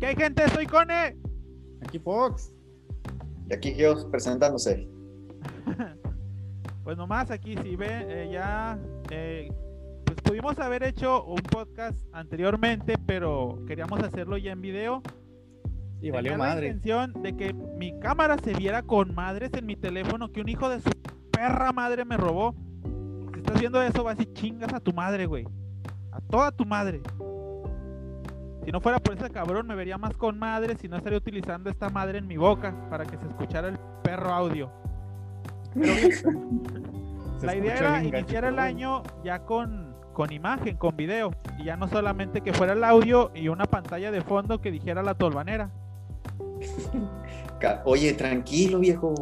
¿Qué hay gente? Soy Cone. Aquí Fox. Y aquí Gios presentándose. Pues nomás aquí si ven, eh, ya eh, pues pudimos haber hecho un podcast anteriormente, pero queríamos hacerlo ya en video. Y valió Tenía La madre. intención de que mi cámara se viera con madres en mi teléfono que un hijo de su perra madre me robó. Si estás viendo eso, vas y chingas a tu madre, güey. A toda tu madre. Si no fuera por ese cabrón, me vería más con madre si no estaría utilizando esta madre en mi boca para que se escuchara el perro audio. Se la idea escucha era bien gacho, iniciar el cabrón. año ya con, con imagen, con video, y ya no solamente que fuera el audio y una pantalla de fondo que dijera la tolvanera. Ca- Oye, tranquilo, viejo.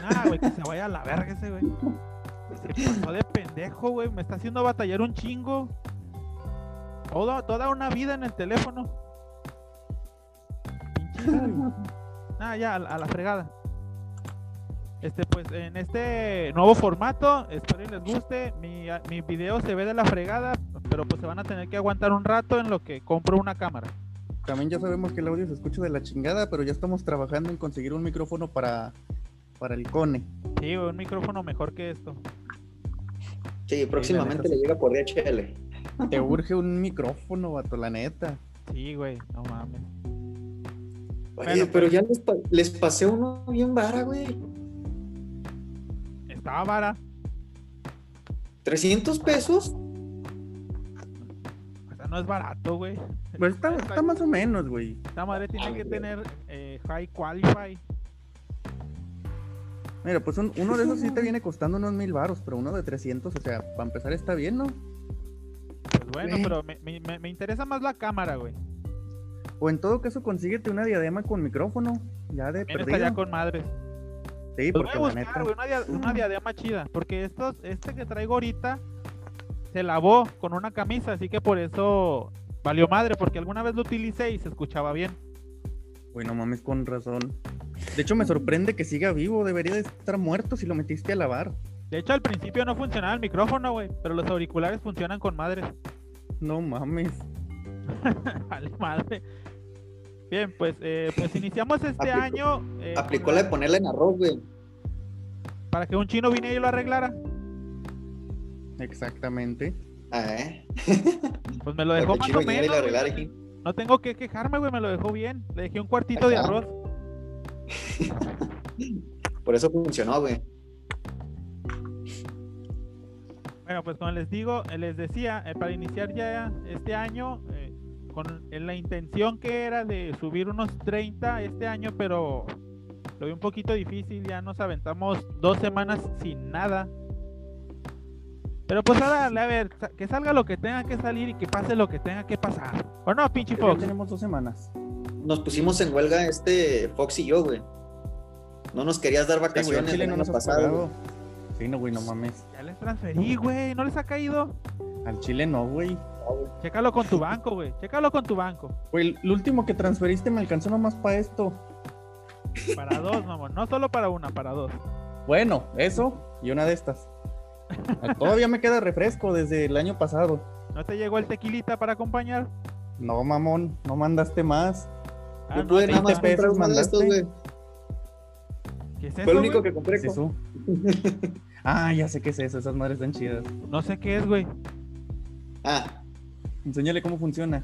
Nah, güey, que se vaya a la verga ese, güey. Se pasó de pendejo, güey. Me está haciendo batallar un chingo. Toda, toda una vida en el teléfono. Pinche- Nah, ya, a, la- a la fregada. Este, pues, en este nuevo formato, espero y les guste. Mi, a- mi video se ve de la fregada, pero pues se van a tener que aguantar un rato en lo que compro una cámara. También ya sabemos que el audio se escucha de la chingada, pero ya estamos trabajando en conseguir un micrófono para, para el cone. Sí, güey, un micrófono mejor que esto. Sí, próximamente neta, le sí. llega por DHL. Te urge un micrófono, vato, la neta. Sí, güey, no mames. Oye, Bueno, pero ya les, pa- les pasé uno bien vara, güey. Estaba vara. 300 pesos. O sea, no es barato, güey. Pero está, está más o menos, güey. Esta madre tiene Ay, que güey. tener eh, high qualify. Mira, pues un- uno de esos sí te viene costando unos mil varos, pero uno de 300, o sea, para empezar está bien, ¿no? Pues bueno, Eh. Güey. pero me, me- me- me interesa más la cámara, güey. O en todo caso, consíguete una diadema con micrófono, ya de También estaría perdido. con madres. Sí, Pues voy porque a la buscar, neta. güey, una, dia- una diadema chida. Porque estos, este que traigo ahorita se lavó con una camisa, así que por eso valió madre, porque alguna vez lo utilicé y se escuchaba bien. Güey, no mames, con razón. De hecho, me sorprende que siga vivo, debería de estar muerto si lo metiste a lavar. De hecho, al principio no funcionaba el micrófono, güey, pero los auriculares funcionan con madres. No mames. Vale, madre. Bien, pues, eh, pues iniciamos este Aplicó- año. eh, Aplicó con la la- de ponerla en arroz, güey. Para que un chino viniera y lo arreglara. Exactamente. Ah, ¿eh? Pues me lo Porque dejó el más chino o viniera y menos. la güey, arreglara no aquí. te- No tengo que quejarme, güey, me lo dejó bien. Le dejé un cuartito de Ahí está. arroz. Por eso funcionó, güey. Bueno, pues como les digo, eh, les decía, eh, para iniciar ya este año, eh, con eh, la intención que era de subir unos 30 este año, pero lo vi un poquito difícil, ya nos aventamos dos semanas sin nada. Pero pues ahora, a ver, sa- que salga lo que tenga que salir y que pase lo que tenga que pasar. ¿O no, pinche Ya Fox? tenemos dos semanas. Nos pusimos en huelga este Fox y yo, güey. No nos querías dar Sí, Este güey, al vacaciones Chile el no año nos has pasado, güey. pagado. Sí, no, güey, no mames. Ya les transferí, güey, ¿no les ha caído? Al Chile no, güey. Chécalo con tu banco, güey, chécalo con tu banco. Güey, el último que transferiste me alcanzó nomás para esto. Para dos, mamón, no solo para una, para dos. Bueno, eso y una de estas. Ah, Todavía me queda refresco desde el año pasado. ¿No te llegó el tequilita para acompañar? No, mamón, no mandaste más. Ah, Yo no, pude Pues 20 nada más comprar pesos uno de estos, mandaste. güey. ¿Qué es Fue eso, lo único güey? que compré. ¿Qué es eso? ah, ya sé qué es eso, esas madres están chidas. No sé qué es, güey. co- Ah, Enséñale cómo funciona.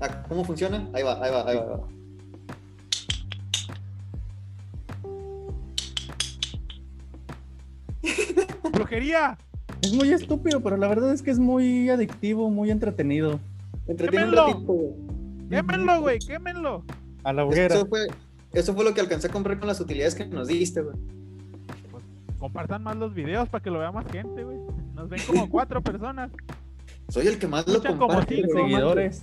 ah, ¿cómo funciona? Ahí va, ahí va, ahí va. ahí va. ¡Brujería! Es muy estúpido, pero la verdad es que es muy adictivo, muy entretenido. Entretiene un ¡Quémelo! ratito, güey. ¡Quémenlo, güey! ¡Quémenlo! A la hoguera. Eso fue, eso fue lo que alcancé a comprar con las utilidades que nos diste, güey. Compartan más los videos para que lo vea más gente, güey. Nos ven como cuatro personas. Soy el que más lo Escuchan como comparte, cinco, güey. Seguidores.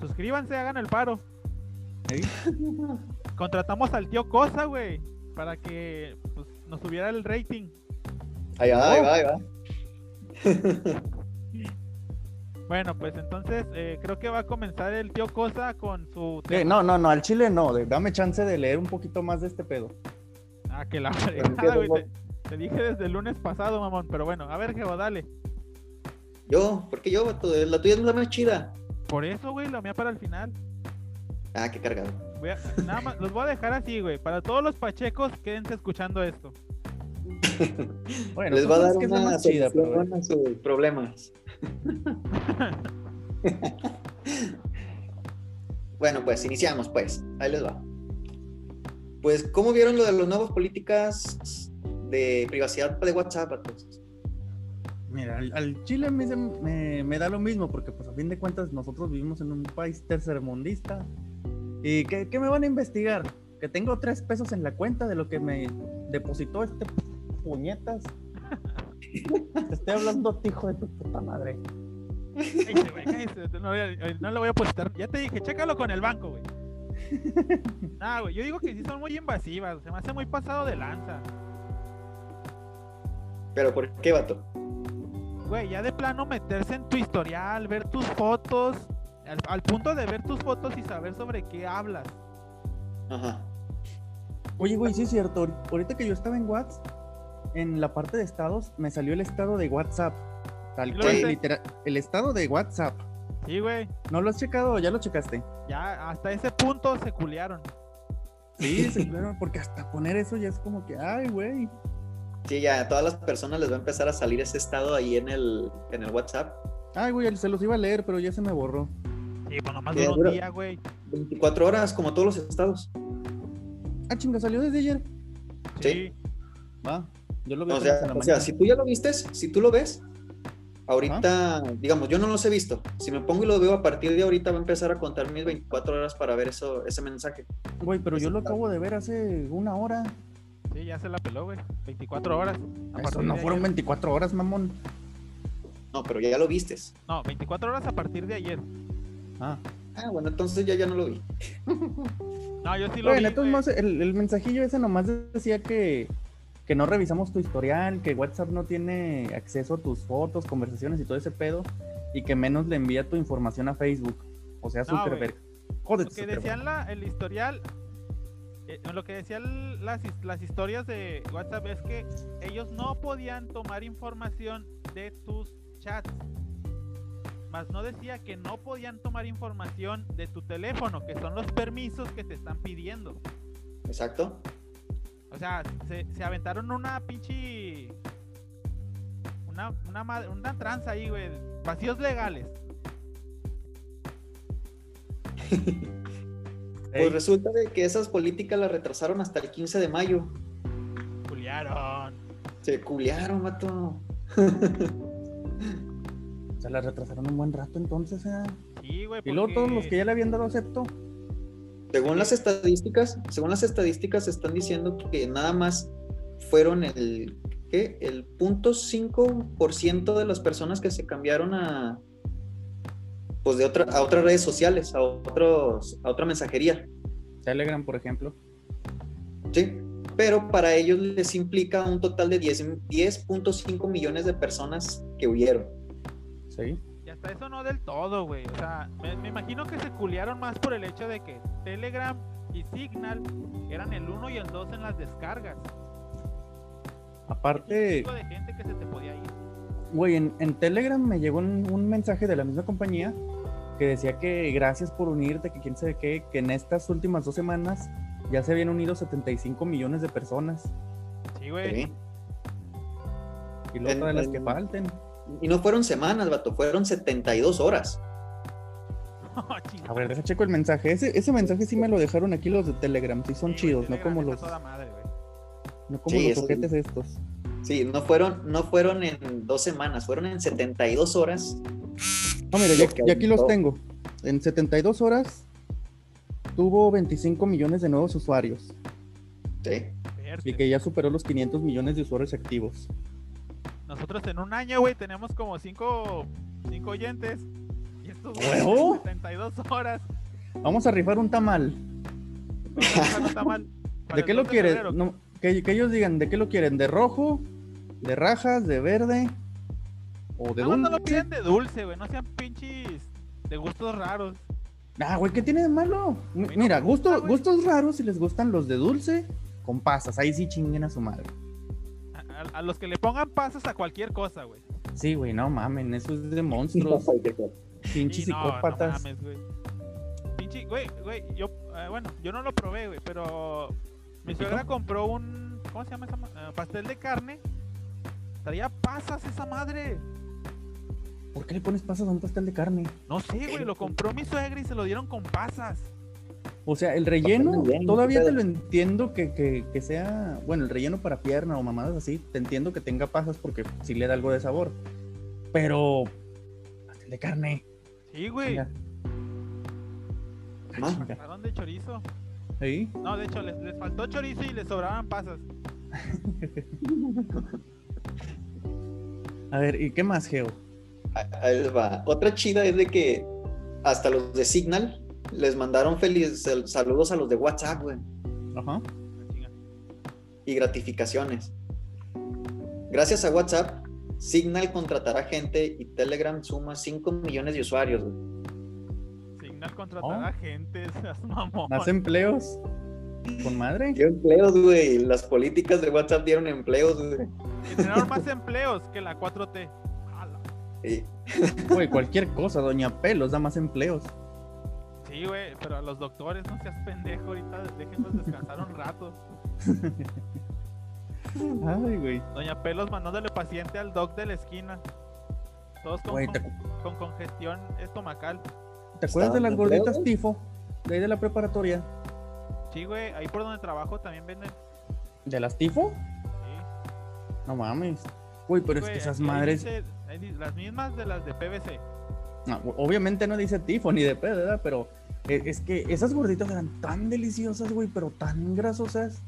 Suscríbanse, hagan el paro. ¿eh? Contratamos al tío Cosa, güey. Para que pues, nos subiera el rating. Ahí va, ahí va, ahí va. Bueno, pues entonces eh, creo que va a comenzar el tío Cosa con su... Eh, no, no, no, al chile no. de- Dame chance de leer un poquito más de este pedo. Ah, que la empieza, fregada, güey. güey. Te, te dije desde el lunes pasado, mamón. Pero bueno, a ver, Geo, dale. Yo, porque yo, vato? la tuya es la más chida. Por eso, güey, la mía para el final. Ah, qué cargado. Voy a- nada más, los voy a dejar así, güey. Para todos los pachecos, quédense escuchando esto. Bueno, Les va a tú dar sabes que es la una más chida, pero solución a sus problemas. bueno, pues iniciamos, pues. Ahí les va. Pues, ¿cómo vieron lo de las nuevas políticas de privacidad de WhatsApp? entonces? Mira, al, al Chile me, se- me- me da lo mismo, porque pues a fin de cuentas nosotros vivimos en un país tercermundista. ¿Y qué, qué me van a investigar? Que tengo tres pesos en la cuenta de lo que me depositó este puñetas. Te estoy hablando, a ti, hijo de tu puta madre. Cállese, güey, cállese. No, voy a- eh, no lo voy a apostar. Ya te dije, chécalo con el banco, güey. Ah, güey, yo digo que sí son muy invasivas. Se me hace muy pasado de lanza. Pero, ¿por qué, vato? Güey, ya de plano meterse en tu historial, ver tus fotos, al, al punto de ver tus fotos y saber sobre qué hablas. Ajá. Oye, güey, sí es cierto. ahor- Ahorita que yo estaba en WhatsApp, en la parte de estados, me salió el estado de WhatsApp. ¿Y Tal lo cual, viste? literal. El estado de WhatsApp. Sí, güey, ¿No lo has checado? ¿Ya lo checaste? ya hasta ese punto se culearon. Sí, sí, claro, porque hasta poner eso ya es como que, ay, güey. Sí, ya a todas las personas les va a empezar a salir ese estado ahí en el, en el WhatsApp. Ay, güey, se los iba a leer, pero ya se me borró. Sí, pues nomás Sí, duró un dura- día, güey. 24 horas, como todos los estados. Ah, chinga, salió desde ayer. Sí. Sí. Va, yo lo vi O apenas sea, en la o sea, mañana. si tú ya lo vistes, si tú lo ves, ahorita, digamos, yo no los he visto. Si me pongo y lo veo a partir de ahorita, va a empezar a contar mis 24 horas para ver eso, ese mensaje. Güey, pero yo lo acabo de ver hace una hora. Sí, ya se la peló, güey. 24 horas. A Eso partir no de fueron ayer. 24 horas, mamón. No, pero ya lo vistes. No, 24 horas a partir de ayer. Ah, Ah, bueno, entonces ya, ya no lo vi. No, yo sí lo vi, bueno, güey. entonces más el, el mensajillo ese nomás decía que, que no revisamos tu historial, que WhatsApp no tiene acceso a tus fotos, conversaciones y todo ese pedo, y que menos le envía tu información a Facebook. O sea, No, güey. Zuckerberg. Jódete, Lo que Zuckerberg. decían la, el historial, eh, lo que decían las, his- las historias de WhatsApp es que ellos no podían tomar información de tus chats. Más no decía que no podían tomar información de tu teléfono, que son los permisos que te están pidiendo. Exacto. O sea, se, se aventaron una pinche. Una, una, madre- una tranza ahí, güey. Vacíos legales. Ey, Pues resulta de que esas políticas las retrasaron hasta el 15 de mayo. Juliaron. Se culiaron, mato. se la retrasaron un buen rato entonces, ¿eh? Sí, güey. Y luego todos los porque- que ya le habían dado acepto. Según las estadísticas, según las estadísticas están diciendo que nada más fueron el ¿qué? el 0.5% de las personas que se cambiaron a pues de otra a otras redes sociales, a otros a otra mensajería, Telegram, por ejemplo. ¿sí? Pero para ellos les implica un total de 10 10.5 millones de personas que huyeron. Sí. Y hasta eso no del todo, güey. O sea, me, me imagino que se culiaron más por el hecho de que Telegram y Signal eran el 1 y el 2 en las descargas. Aparte, Tipo de gente que se te podía ir. güey, en, en Telegram me llegó un, un mensaje de la misma compañía que decía que gracias por unirte, que quién sabe qué, que en estas últimas dos semanas ya se habían unido 75 millones de personas. Sí, güey. ¿sí? Y luego de las Eh, que eh. falten. Y no fueron semanas, vato, fueron 72 horas. No, chinga. A ver, deja checo el mensaje. Ese, ese mensaje sí me lo dejaron aquí los de Telegram. Sí, son Sí, güey, chidos, no Telegram como está los, toda madre, güey. no como Sí, los eso sí. ojetes estos. Sí, no fueron no fueron en dos semanas, fueron en 72 horas No, mira, ya, Lo que ya aquí los aumentó. tengo. En 72 horas tuvo 25 millones de nuevos usuarios Sí. Verte. y que ya superó los 500 millones de usuarios activos. Nosotros en un año, güey, tenemos como 5 cinco oyentes. Y estos ¿Huevo? güeyes 72 horas. Vamos a rifar un tamal. O sea, no está mal. Para ¿De el qué lo 2 quieren? febrero. No, que, que ellos digan, ¿de qué lo quieren? ¿De rojo? ¿De rajas? ¿De verde? ¿O de Nada más no lo dulce? piden de dulce, güey. No sean pinches de gustos raros. Ah, güey, ¿qué tiene de malo? M- mí no Mira, me gusto- gusta, güey. gustos raros si les gustan los de dulce con pasas. Ahí sí chinguen a su madre. A, a- a los que le pongan pasas a cualquier cosa, güey. Sí, güey, pues, no mamen, eso es de monstruos, pinches Sí, no, no psicópatas. mames, güey. Pinche chi- güey, güey, yo, eh, bueno, yo no lo probé, güey, pero mi suegra compró un, ¿cómo se llama esa? ma- eh, pastel de carne. Traía pasas esa madre. ¿Por qué le pones pasas a un pastel de carne? No sé, güey, lo compró mi suegra y se lo dieron con pasas. O sea, el relleno, Pastel relleno, todavía ¿qué te pedo? lo entiendo que, que- que sea, bueno, el relleno para pierna o mamadas así, te entiendo que tenga pasas porque sí le da algo de sabor. Pero, pastel de carne. Sí, güey. chinga. Ah, Ah. chinga. Pasaron de chorizo. Sí, No, de hecho, les, les faltó chorizo y les sobraban pasas. A ver, ¿y qué más, Geo? Ahí les va. Otra chida es de que hasta los de Signal les mandaron feliz sal- saludos a los de WhatsApp, güey, Ajá. Ah, chinga. y gratificaciones. Gracias a WhatsApp, Signal contratará gente y Telegram suma 5 millones de usuarios, güey. Signal contratará Oh. em- gente, seas mamón. Más empleos. Con madre. Dio empleos, güey. Las políticas de WhatsApp dieron empleos, güey. Generaron más empleos que la 4T. A la- Y- Güey, cualquier cosa, Doña Pelos da más empleos. Sí, güey, pero a los doctores no seas pendejo ahorita, déjenlos descansar un rato. Ay, güey. Doña Pelos mandándole paciente al doc de la esquina. Todos con, Güey, ¿te, con- con congestión estomacal. te acuerdas de Estaban las empleos, gorditas güey. tifo? De ahí de la preparatoria. Sí, güey, ahí por donde trabajo también venden. ¿De las tifo? Sí, No mames. Güey, pero es güey, que esas ahí madres. dice- ahí di- las mismas de las de PVC. No, obviamente no dice tifo ni de pedo, ¿verdad? Pero e- es que esas gorditas eran tan deliciosas, güey, pero tan grasosas.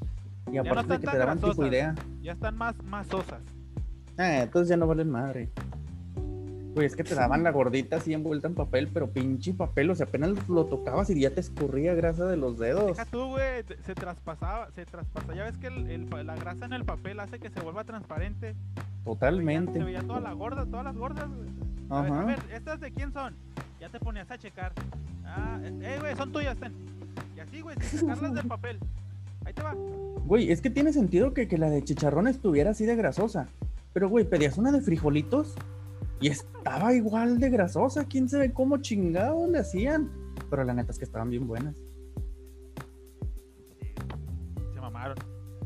Y no aparte de están que te tan daban tipo grasosas. idea. Ya están más masosas. Ah, entonces ya no valen madre. Güey, es que te daban la gordita así envuelta en papel, pero pinche papel, o sea, apenas lo tocabas y ya te escurría grasa de los dedos. Deja tú, güey, te- se traspasaba, se traspasa. Ya ves que el- el pa- la grasa en el papel hace que se vuelva transparente. Se veía- Se Totalmente. veía toda la gorda, todas las gordas, güey. A ver, a Ajá. ver, ¿estas de quién son? Ya te ponías a checar. Ah, eh, eh, güey, son tuyas, ten. Y así, güey, sin sacarlas del papel. Ahí te va. Güey, es que tiene sentido que, que la de chicharrón estuviera así de grasosa. Pero, güey, pedías una de frijolitos y estaba igual de grasosa. ¿Quién sabe cómo chingados le hacían? Pero la neta es que estaban bien buenas. Se mamaron.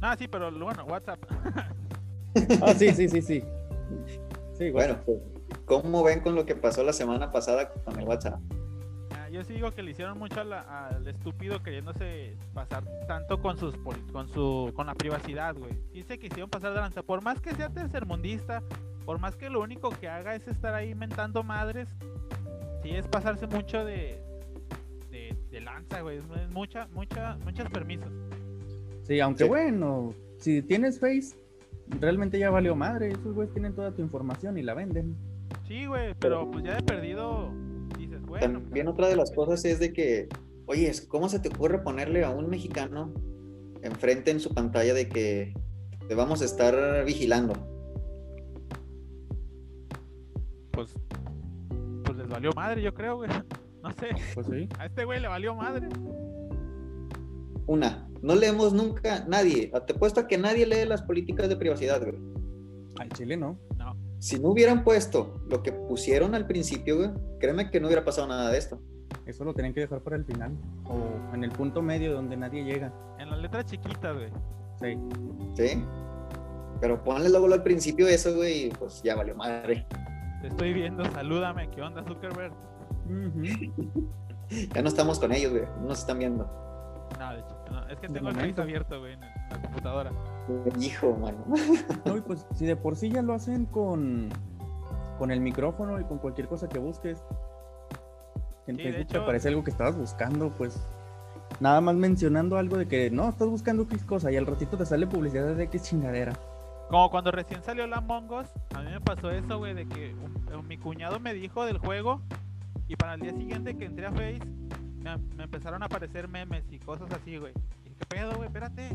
No, sí, pero bueno, WhatsApp. Ah, sí, sí, sí, sí. Sí, güey. bueno, pues, ¿cómo ven con lo que pasó la semana pasada con el WhatsApp? Ah, Yo sí digo que le hicieron mucho a la- al estúpido queriéndose pasar tanto con sus poli- con su con la privacidad, güey. Sí se quisieron pasar de lanza. Por más que sea tercermundista, por más que lo único que haga es estar ahí inventando madres, sí es pasarse mucho de de, de lanza, güey. Es es mucha, mucha, muchos permisos. Sí, aunque Sí. bueno, si tienes Face, realmente ya valió madre. Esos güeyes tienen toda tu información y la venden. Sí, güey, pero pues ya de perdido dices, bueno. pues, También otra de las cosas es de que, oye, ¿cómo se te ocurre ponerle a un mexicano enfrente en su pantalla de que te vamos a estar vigilando? Pues, pues les valió madre, yo creo, güey. No sé, Pues sí. a este güey le valió madre. Una, no leemos nunca, nadie, te apuesto a que nadie lee las políticas de privacidad, güey. Al chile no. No. Si no hubieran puesto lo que pusieron al principio, güey, créeme que no hubiera pasado nada de esto. Eso lo tienen que dejar para el final. O en el punto medio donde nadie llega. En las letras chiquitas, güey. Sí. ¿Sí? Pero ponle luego al principio eso, güey, y pues ya valió madre. Te estoy viendo, salúdame. ¿Qué onda, Zuckerberg? Ujú. Ya no estamos con ellos, güey, no nos están viendo. No, de hecho, no, es que De tengo el Face momento. abierto, güey, en en la computadora. Hijo, mano. No, y pues si de por sí ya lo hacen con, con el micrófono y con cualquier cosa que busques. En Sí, de Facebook te hecho- aparece algo que estabas buscando, pues. Nada más mencionando algo de que no, estás buscando X cosa y al ratito te sale publicidad de X chingadera. Como cuando recién salió la Mongos, a mí me pasó eso, güey, de que un- un- mi cuñado me dijo del juego y para el día siguiente que entré a Face, me, me empezaron a aparecer memes y cosas así, güey. Y dije, ¿qué pedo, güey? Espérate.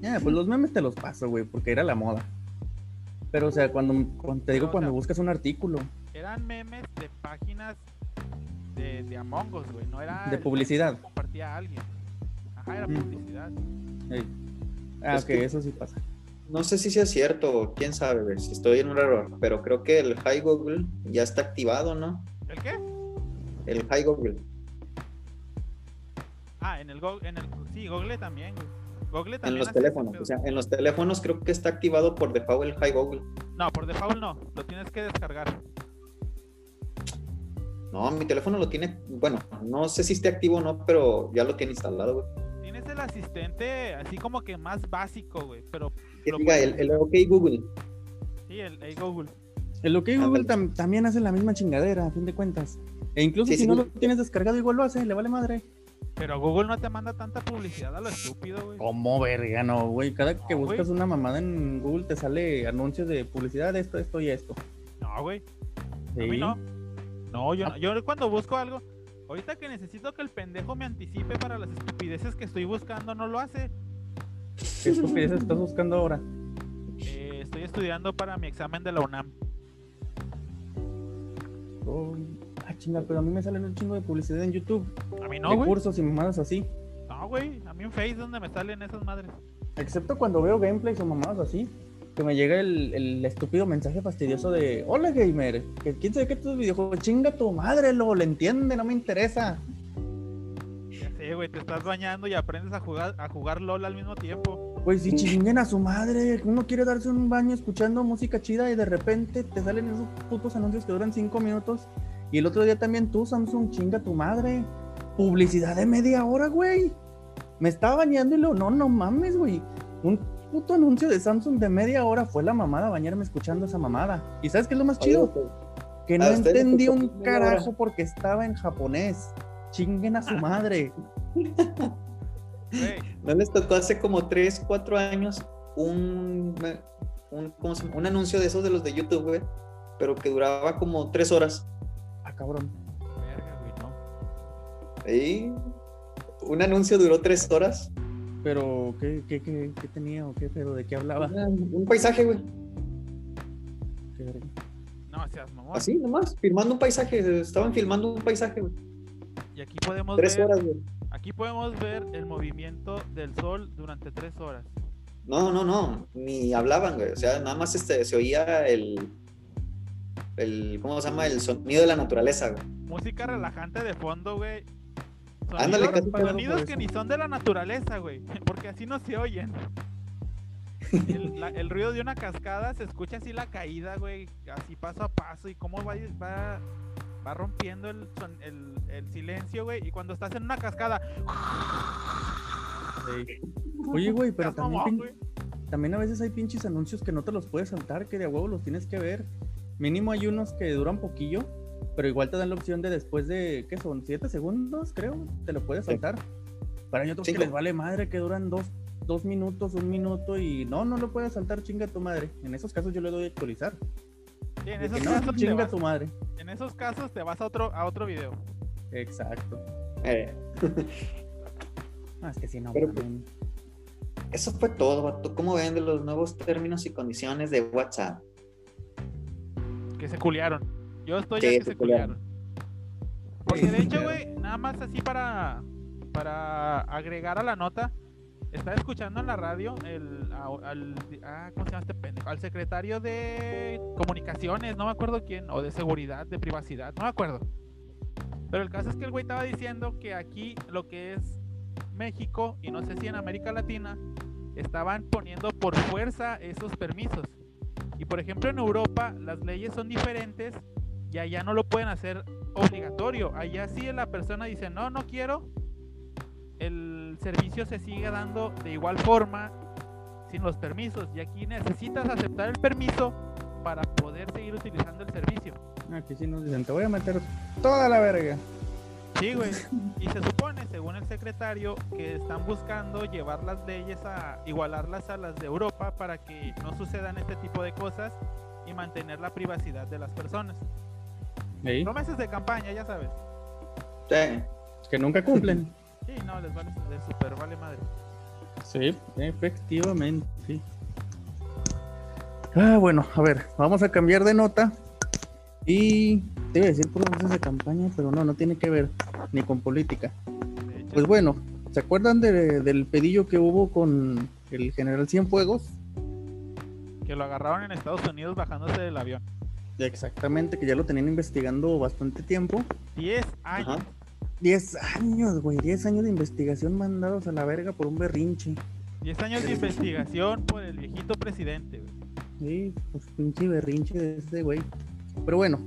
Ya, pues los memes te los paso, güey, porque era la moda. Pero, o sea, cuando, cuando- te digo O cuando sea- buscas un artículo Eran memes de páginas de, de Among Us, güey. No era. de el- publicidad. Compartía a alguien. Ajá, era Mm. publicidad. Ey. Ah, Es ok, que- eso sí pasa. No sé si sea cierto, quién sabe, güey, si estoy en un error, pero creo que el High Google ya está activado, ¿no? ¿El qué? El High Google. Ah, en el Google, en el, sí, Google también, güey. Google En también. los hace ese teléfonos. pedo. O sea, en los teléfonos creo que está activado por default el High Google. No, por default no, lo tienes que descargar. No, mi teléfono lo tiene. Bueno, no sé si esté activo o no, pero ya lo tiene instalado, güey. Tienes el asistente así como que más básico, güey, pero Que Lo diga puedes- el, el OK Google. sí, el, el Google. El OK Google Ándale. tam- también hace la misma chingadera, a fin de cuentas. E incluso Sí, si sí. no lo tienes descargado, igual lo hace, le vale madre. Pero Google no te manda tanta publicidad a lo estúpido, güey. ¿Cómo verga? No, güey. Cada que No, güey. buscas una mamada en Google te sale anuncios de publicidad, esto, esto y esto. No, güey. A Sí. Ah. mí no. No, yo no. Yo cuando busco algo, ahorita que necesito que el pendejo me anticipe para las estupideces que estoy buscando, no lo hace. ¿Qué estupidez estás buscando ahora? Eh, estoy estudiando para mi examen de la UNAM. Oh, ah, chinga, pero a mí me salen un chingo de publicidad en YouTube. A mí no, de güey. cursos y mamadas así. No, güey. A mí en Face donde me salen esas madres. Excepto cuando veo gameplays o mamadas así. Que me llega el, el estúpido mensaje fastidioso de Hola gamer, que quién sabe qué tus videojuegos, chinga tu madre, lo, le entiende, no me interesa. Ya sé, güey. Te estás bañando y aprendes a jugar, a jugar LOL al mismo tiempo. Pues Mm. si chinguen a su madre, uno quiere darse un baño escuchando música chida y de repente te salen esos putos anuncios que duran cinco minutos. Y el otro día también tú, Samsung, chinga tu madre. Publicidad de media hora, güey. Me estaba bañando y luego, no, no mames, güey. Un puto anuncio de Samsung de media hora fue la mamada bañarme escuchando esa mamada. ¿Y sabes qué es lo más chido? Que no a ustedes les entendí tocó un media hora. Ah. carajo porque estaba en japonés. Chinguen a su madre. Güey, ¿No les tocó hace como 3, 4 años un, un, ¿cómo se llama? un anuncio de esos de los de YouTube, güey? Pero que duraba como 3 horas. Ah, cabrón. verga, güey, no. Ahí, un anuncio duró 3 horas. Pero, ¿qué, qué, qué, qué tenía o qué? ¿Pero de qué hablaba? Era Un paisaje, güey. Qué verga. No, seas mamón. Así nomás, filmando un paisaje. Estaban filmando un paisaje, güey. Y aquí podemos 3 ver, horas, güey. aquí podemos ver el movimiento del sol durante tres horas. No, no, no. Ni hablaban, güey. O sea, nada más este, se oía el, el. ¿Cómo se llama? El sonido de la naturaleza, güey. Música relajante de fondo, güey. Sonidos, Ándale, casi pues. pagado sonidos por que eso. ni son de la naturaleza, güey. Porque así no se oyen. El, la- el ruido de una cascada se escucha así la caída, güey. Así paso a paso. Y cómo va, va, va rompiendo el, son- el, el silencio, güey. Y cuando estás en una cascada, Oye, güey, pero estás también, mamón, pin- güey. también a veces hay pinches anuncios que no te los puedes saltar, que de a huevo los tienes que ver. Mínimo hay unos que duran poquillo, pero igual te dan la opción de después de, ¿qué son? ¿Siete segundos, creo? Te lo puedes Sí. saltar. Pero hay otros Sí, que claro. les vale madre, que duran dos, dos minutos, un minuto y no, no lo puedes saltar, chinga tu madre. En esos casos yo le doy a actualizar. Sí, en, De esos que no, casos te chinga vas, tu madre. en esos casos te vas a otro, a otro video. Exacto. Eh, Ah, es que sí, no, Pero- mamen. eso fue todo, vato. ¿Cómo ven de los nuevos términos y condiciones de WhatsApp? Que se culiaron. Yo estoy Sí, ya que se se culiaron. Porque de hecho, güey, nada más así para, para agregar a la nota, estaba escuchando en la radio el, a- al, ah, ¿cómo se llama este pendejo? Al secretario de comunicaciones, no me acuerdo quién, o de seguridad, de privacidad, no me acuerdo. Pero el caso es que el güey estaba diciendo que aquí lo que es México, y no sé si en América Latina, estaban poniendo por fuerza esos permisos. Y por ejemplo en Europa las leyes son diferentes y allá no lo pueden hacer obligatorio. Allá sí la persona dice, no, no quiero. El servicio se sigue dando de igual forma sin los permisos. Y aquí necesitas aceptar el permiso para poder seguir utilizando el servicio. Aquí sí nos dicen, te voy a meter toda la verga. Sí, güey. Y se supone, según el secretario, que están buscando llevar las leyes a igualarlas a las de Europa para que no sucedan este tipo de cosas y mantener la privacidad de las personas. Ey, Promesas de campaña, ya sabes. Sí. Que nunca cumplen. Sí, no, les vale les super vale madre. sí, efectivamente. sí. Ah, bueno, a ver, vamos a cambiar de nota. Y te iba a decir promesas de campaña, pero no, no tiene que ver ni con política. De hecho, Pues bueno, ¿se acuerdan de- del pedillo que hubo con el general Cienfuegos? que lo agarraron en Estados Unidos bajándose del avión. Exactamente, que ya lo tenían investigando bastante tiempo. 10 años. Ajá. 10 años, güey. 10 años de investigación mandados a la verga por un berrinche. 10 años de investigación por el viejito presidente, güey. Sí, pues pinche berrinche de ese güey. Pero bueno,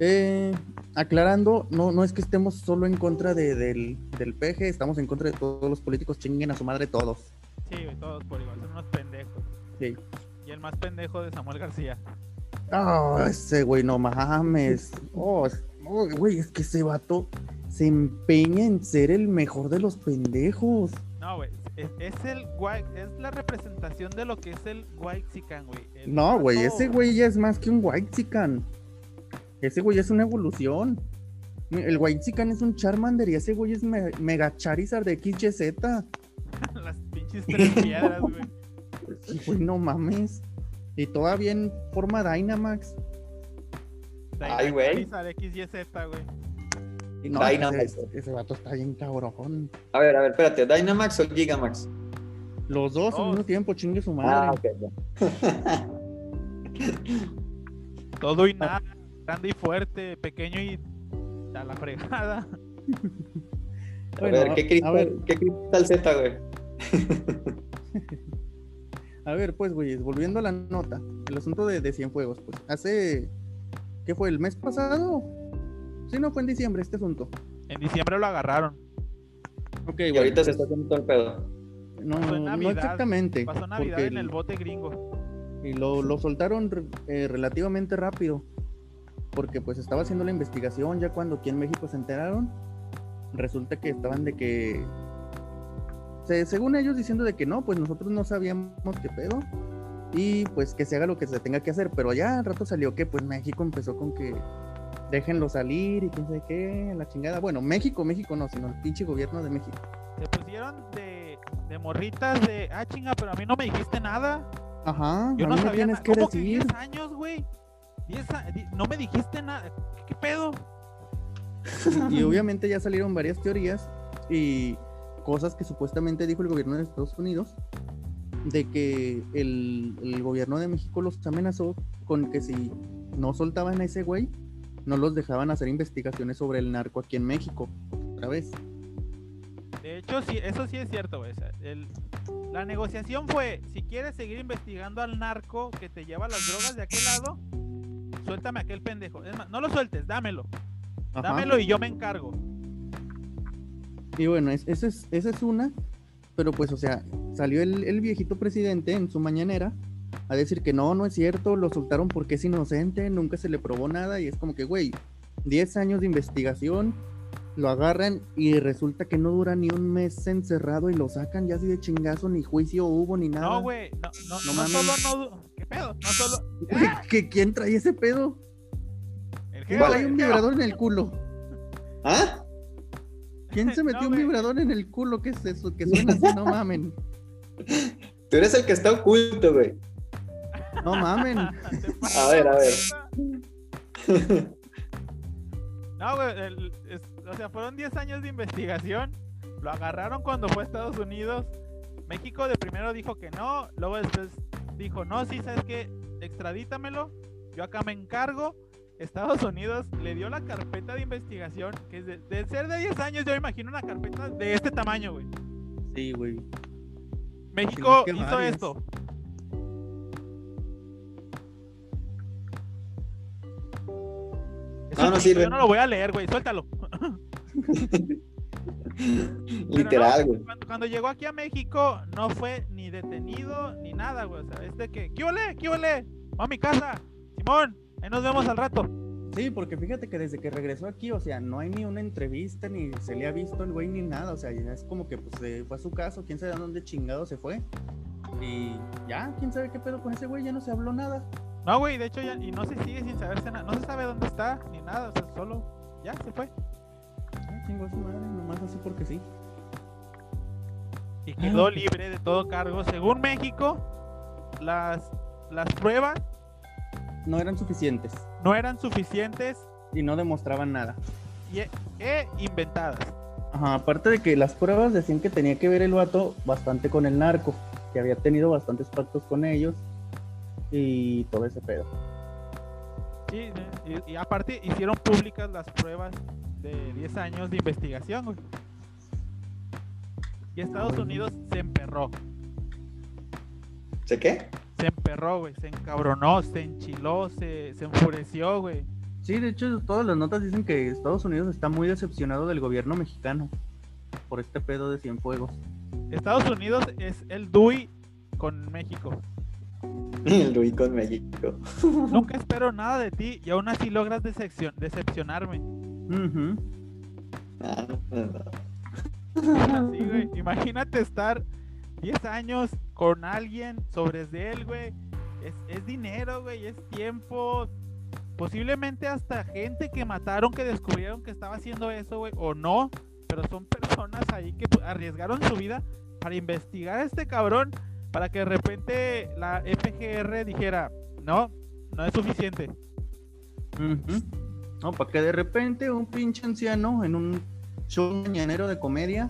eh, aclarando, no, no es que estemos solo en contra de- del, del PG, estamos en contra de todos los políticos, chinguen a su madre todos. Sí, güey, todos por igual, son unos pendejos. Sí. Y el más pendejo de Samuel García. Ah, ese güey, no mames. Oh, es- oh, güey, es que ese vato se empeña en ser el mejor de los pendejos. No, güey, es, es el guay, es la representación de lo que es el white chican, güey. El No, güey, vato- ese güey ya es más que un white Ese güey es una evolución. El white es un Charmander y ese güey es me- mega Charizard de XYZ. Las pinches tres piedras, güey. Y pues no mames. Y todavía en forma Dynamax. Ay, güey. Charizard XYZ, güey. Y no, ese- Dynamax. Ese, vato está bien cabrón. A ver, a ver, espérate, ¿Dynamax o Gigamax? Los dos al Dos. mismo tiempo, chingue su Ah, madre. ok, ya. Todo y nada, grande y fuerte, pequeño y a la fregada. A Bueno, ver, ¿qué a cristal, ver. ¿qué cristal Z, güey? A ver, pues, güeyes, volviendo a la nota. El asunto de, de Cienfuegos, pues. Hace. ¿Qué fue? ¿El mes pasado? Sí, no, fue en diciembre este asunto. En diciembre lo agarraron. Ok, Y bueno, ahorita se está haciendo todo el pedo. no, pasó en no Navidad, exactamente. Pasó Navidad porque en el bote gringo. Y lo, lo soltaron re- eh, relativamente rápido, porque pues estaba haciendo la investigación ya cuando aquí en México se enteraron, resulta que estaban de que, se- según ellos diciendo de que no, pues nosotros no sabíamos qué pedo, y pues que se haga lo que se tenga que hacer, pero ya al rato salió que pues México empezó con que déjenlo salir y quién sabe qué, la chingada, bueno, México, México no, sino el pinche gobierno de México. Se pusieron de, de morritas de, ah, chinga, pero a mí no me dijiste nada. Ajá, Yo a no mí me sabía tienes nada. que ¿Cómo decir. que 10 años, güey? 10 a- di- No me dijiste nada. ¿Qué, qué pedo? y obviamente ya salieron varias teorías y cosas que supuestamente dijo el gobierno de Estados Unidos de que el, el gobierno de México los amenazó con que si no soltaban a ese güey, no los dejaban hacer investigaciones sobre el narco aquí en México. Otra vez. De hecho, sí, eso sí es cierto, güey. O sea, el- la negociación fue, si quieres seguir investigando al narco que te lleva las drogas de aquel lado, suéltame a aquel pendejo. Es más, no lo sueltes, dámelo. Ajá. Dámelo y yo me encargo. Y bueno, es- esa es, esa es una, pero pues, o sea, salió el, el viejito presidente en su mañanera a decir que no, no es cierto, lo soltaron porque es inocente, nunca se le probó nada, y es como que, güey, 10 años de investigación, lo agarran y resulta que no dura ni un mes encerrado y lo sacan ya así de chingazo, ni juicio hubo, ni nada. No, güey. No, no, No no mames. solo no. du- ¿Qué pedo? No solo. Güey, ¿que- ¿Quién trae ese pedo? El ¿Quién jefe, trae un el jefe. vibrador en el culo? ¿Ah? ¿Quién No, se metió un güey. vibrador en el culo? ¿Qué es eso? Que suena así, no mamen. Tú eres el que está oculto, güey. No mamen. Te pasas A ver, a ver. de lanza. No, güey, el- es- o sea, fueron 10 años de investigación. Lo agarraron cuando fue a Estados Unidos. México de primero dijo que no, luego después dijo, no, sí, sabes que extradítamelo, yo acá me encargo. Estados Unidos le dio la carpeta de investigación, que es de, de ser de 10 años, yo me imagino una carpeta de este tamaño, güey. Sí, güey. México que hizo varias. esto. No, no Eso- sirve. Yo no lo voy a leer, güey, suéltalo. Literal, güey. Cuando, cuando llegó aquí a México, no fue ni detenido ni nada, güey. O sea, es de que, ¿qué ole? ¿Qué ole? Va a mi casa. Simón, ahí nos vemos al rato. Sí, porque fíjate que desde que regresó aquí, o sea, no hay ni una entrevista, ni se le ha visto el güey, ni nada. O sea, ya es como que pues se fue a su caso, quién sabe a dónde chingado se fue. Y ya, quién sabe qué pedo con ese güey, ya no se habló nada. No, güey, de hecho, ya, y no se sigue sin saberse nada. No se sabe dónde está ni nada. O sea, solo, ya se fue. Ah, chingó a su madre, nomás así porque sí. y Ah, quedó ok. libre de todo cargo. Según México, las, las pruebas No eran suficientes no eran suficientes y no demostraban nada. y, e inventadas. Ajá, aparte de que las pruebas decían que tenía que ver el vato bastante con el narco, que había tenido bastantes pactos con ellos y todo ese pedo. Sí, y, y aparte hicieron públicas las pruebas de 10 años de investigación, güey. Y Estados Unidos se emperró. ¿Se qué? Se emperró, güey. Se encabronó, se enchiló, se, se enfureció, güey. Sí, de hecho, todas las notas dicen que Estados Unidos está muy decepcionado del gobierno mexicano por este pedo de Cienfuegos. Estados Unidos es el DUI con México. El Luis con México. Nunca espero nada de ti y aún así logras decepcion- decepcionarme. Ujú. Ah, no, no. Así, güey. Imagínate estar 10 años con alguien sobre de él, güey. Es, es dinero, güey, es tiempo. Posiblemente hasta gente que mataron, que descubrieron que estaba haciendo eso, güey, o no. Pero son personas ahí que pu- arriesgaron su vida para investigar a este cabrón. Para que de repente la FGR dijera, no, no es suficiente. Ujú. No, para que de repente un pinche anciano en un show mañanero de comedia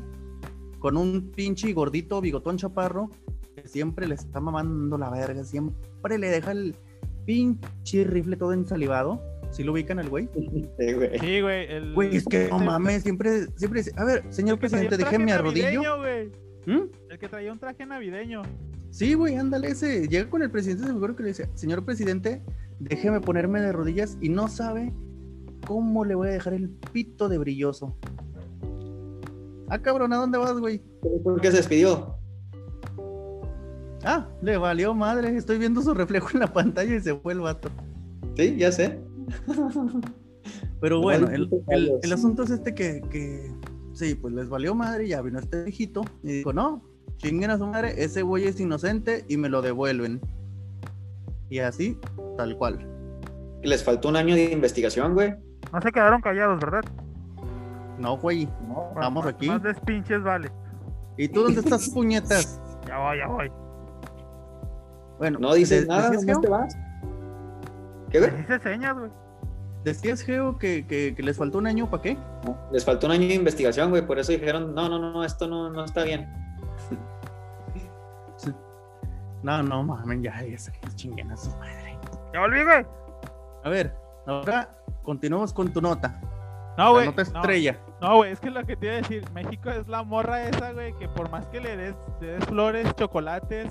con un pinche gordito bigotón chaparro que siempre le está mamando la verga, siempre le deja el pinche rifle todo ensalivado. Si lo ubican al güey. Sí, güey. Sí, güey. el- Eh, Güey, es que no este- mames, siempre, siempre. dice, A ver, señor que traía presidente, un traje déjeme navideño, arrodillo. güey. ¿Mm? El que traía un traje navideño. Sí, güey, ándale ese. Llega con el presidente, seguro que le dice, señor presidente, déjeme ponerme de rodillas y no sabe cómo le voy a dejar el pito de brilloso. Ah, cabrón, ¿a dónde vas, güey? ¿Por qué se despidió? Ah, le valió madre, estoy viendo su reflejo en la pantalla y se fue el vato. Sí, ya sé. Pero bueno, Igual el, pito el- callos. el asunto es este que, que, sí, pues les valió madre, ya vino este viejito y dijo, no, chinguen a su madre, ese güey es inocente y me lo devuelven. Y así, tal cual. Les faltó un año de investigación, güey. No se quedaron callados, ¿verdad? No, güey. Vamos aquí. Más despinches, vale. ¿Y tú dónde estás, puñetas? Ya voy, ya voy. Bueno, No dices de- nada, Decías, nomás te Geo, vas. ¿Qué, güey? Les hice señas, güey. decías, Geo, que, que- que les faltó un año, ¿para qué? Les faltó un año de investigación, güey. Por eso dijeron, no, no, no, no, esto no, no está bien. No, no, mamen, ya, ya se chinguen a su madre. Ya volví, güey. A ver, ahora continuamos con tu nota. No, la Ah, güey. nota no, estrella. No, güey, es que lo que te iba a decir, México es la morra esa, güey, que por más que le des, le des flores, chocolates,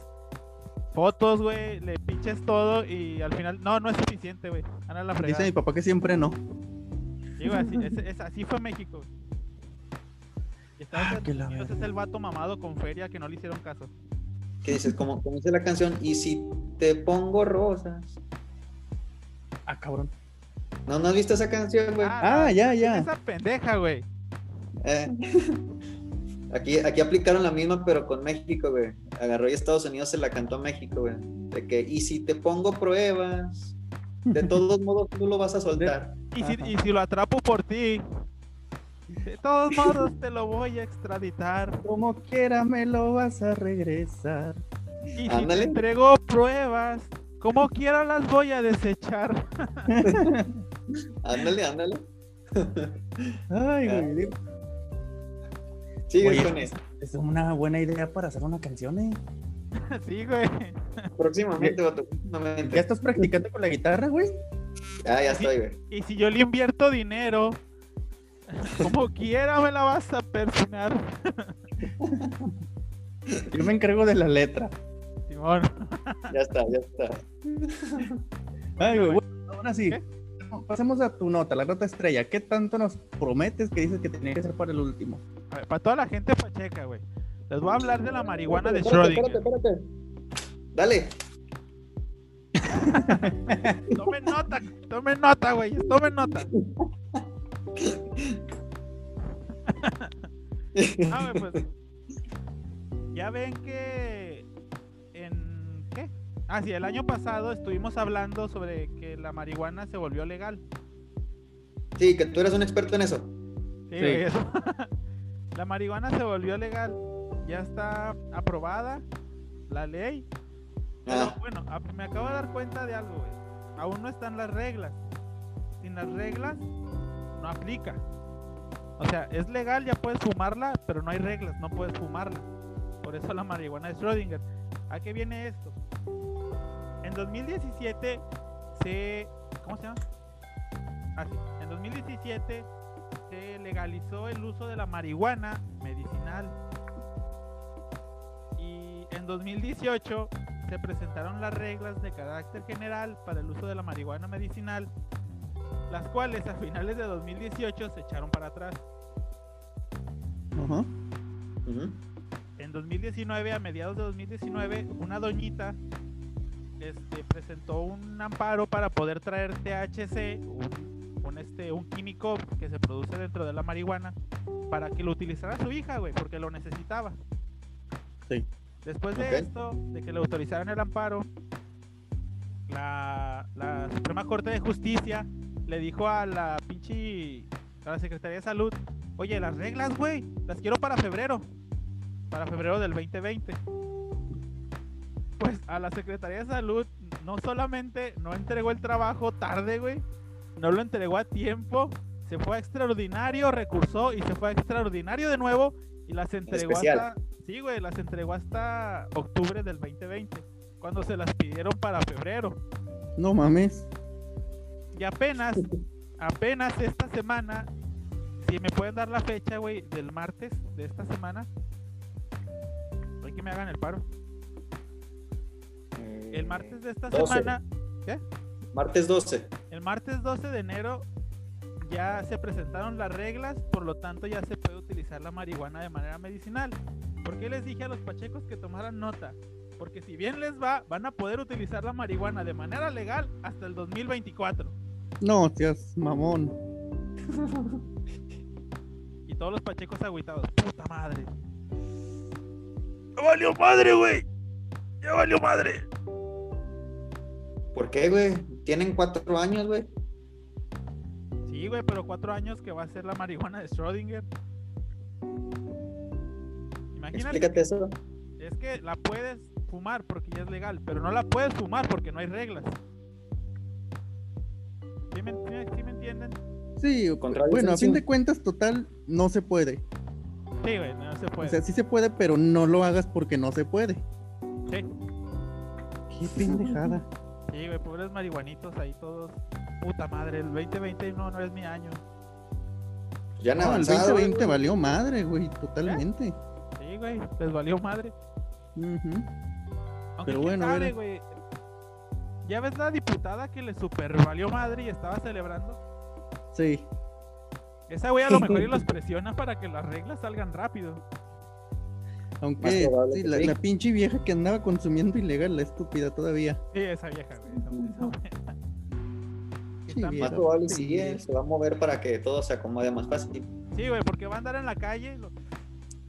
fotos, güey, le pinches todo y al final, no, no es suficiente, güey. Ana la Dice fregada. mi papá que siempre no. Digo, así, es, es- así fue México. güey. Y Estados Ah, que la Unidos es verga. el vato mamado con feria que no le hicieron caso. Que dices, como, como dice la canción, y si te pongo rosas. Ah, cabrón. ¿No, no has visto esa canción, güey? Ah, ya, ya. Esa pendeja, güey. Eh. Aquí, aquí aplicaron la misma, pero con México, güey. Agarró y Estados Unidos se la cantó a México, güey. De que, y si te pongo pruebas, de todos modos tú lo vas a soltar. Y si, Ajá. y si lo atrapo por ti, de todos modos te lo voy a extraditar. Como quiera me lo vas a regresar. Y si Ándale. te entrego pruebas, como quiera las voy a desechar. Ándale, ándale. Ay, Ah. güey. Sigue Oye. con eso. Es una buena idea para hacer una canción, ¿eh? sí, güey. Próximamente, vato, ¿Ya próximamente. estás practicando con la guitarra, güey? Ah, ya estoy, güey. Y si yo le invierto dinero, como quiera me la vas a persinar, Yo me encargo de la letra. Simón. Ya está, ya está. Este Ay, güey, bueno, ahora sí. ¿Qué? Pasemos a tu nota, la nota estrella. ¿Qué tanto nos prometes que dices que tenía que ser para el último? A ver, para toda la gente pacheca, güey. Les voy a hablar de la marihuana de Espérate, Schrödinger. espérate, espérate. Dale. Tomen nota, tomen nota, güey, tomen nota. Ah, güey, pues. Ya ven que en ¿qué? Ah, sí, el año pasado estuvimos hablando sobre que la marihuana se volvió legal. Sí, que tú eres un experto en eso. Sí, güey, eso. la marihuana se volvió legal. Ya está aprobada la ley. Pero Ah, bueno, a- me acabo de dar cuenta de algo, güey. Aún no están las reglas. Sin las reglas, no aplica. O sea, es legal, ya puedes fumarla, pero no hay reglas, no puedes fumarla. Por eso la marihuana de Schrödinger. ¿A qué viene esto? En 2017 se. ¿Cómo se llama? Ah, sí. En 2017 se legalizó el uso de la marihuana medicinal. Y en 2018 se presentaron las reglas de carácter general para el uso de la marihuana medicinal, las cuales a finales de 2018 se echaron para atrás. Ajá. Ujú. En 2019, a mediados de 2019, una doñita este, presentó un amparo para poder traer THC, un, un, este, un químico que se produce dentro de la marihuana, para que lo utilizara su hija, güey, porque lo necesitaba. Sí. Después de Ok. esto, de que le autorizaron el amparo, la, la Suprema Corte de Justicia le dijo a la pinche, a la Secretaría de Salud, oye, las reglas, güey, las quiero para febrero para febrero del 2020. Pues a la Secretaría de Salud no solamente no entregó el trabajo tarde, güey, no lo entregó a tiempo, se fue a extraordinario, recursó y se fue a extraordinario de nuevo y las entregó especial. hasta sí, güey, las entregó hasta octubre del 2020, cuando se las pidieron para febrero. No mames. Y apenas, apenas esta semana, si me pueden dar la fecha, güey, del martes de esta semana, hay que me hagan el paro. El martes de esta 12. semana, Eh, Martes 12. el martes 12 de enero, ya se presentaron las reglas, por lo tanto ya se puede utilizar la marihuana de manera medicinal. ¿Por qué les dije a los pachecos que tomaran nota? Porque si bien les va, van a poder utilizar la marihuana de manera legal hasta el 2024. No, tías, mamón. Y todos los pachecos agüitados. Puta madre. Ya valió madre, güey. Ya valió madre. ¿Por qué, güey? Tienen cuatro años, güey. Sí, güey, pero cuatro años que va a ser la marihuana de Schrödinger. Imagínate. Explícate eso. Es que la puedes fumar porque ya es legal, pero no la puedes fumar porque no hay reglas. ¿Sí me, sí- sí me entienden? Sí, Contradicen, bueno, a sí. fin de cuentas, total, no se puede. Sí, güey, no se puede. O sea, sí se puede, pero no lo hagas porque no se puede. Sí. Qué pendejada. Sí, güey, pobres marihuanitos ahí todos. Puta madre, el 2020 no, no es mi año. Ya han No, el avanzado. 2020 güey. valió madre, güey, totalmente. Sí, güey, les valió madre. ¿Eh? Ujú. Aunque Pero quién bueno, a sabe, ver. güey. Ya ves la diputada que le supervalió madre y estaba celebrando. Sí, Esa güey a lo mejor y los presiona para que las reglas salgan rápido. Más aunque probable sí, que la, sí. la pinche vieja que andaba consumiendo ilegal, la estúpida todavía. Sí, esa vieja, güey. Esa, esa güey. Que Sí, están vieja. Más probable sí, eh, se va a mover para que todo se acomode más fácil. Sí, güey, porque va a andar en la calle. lo-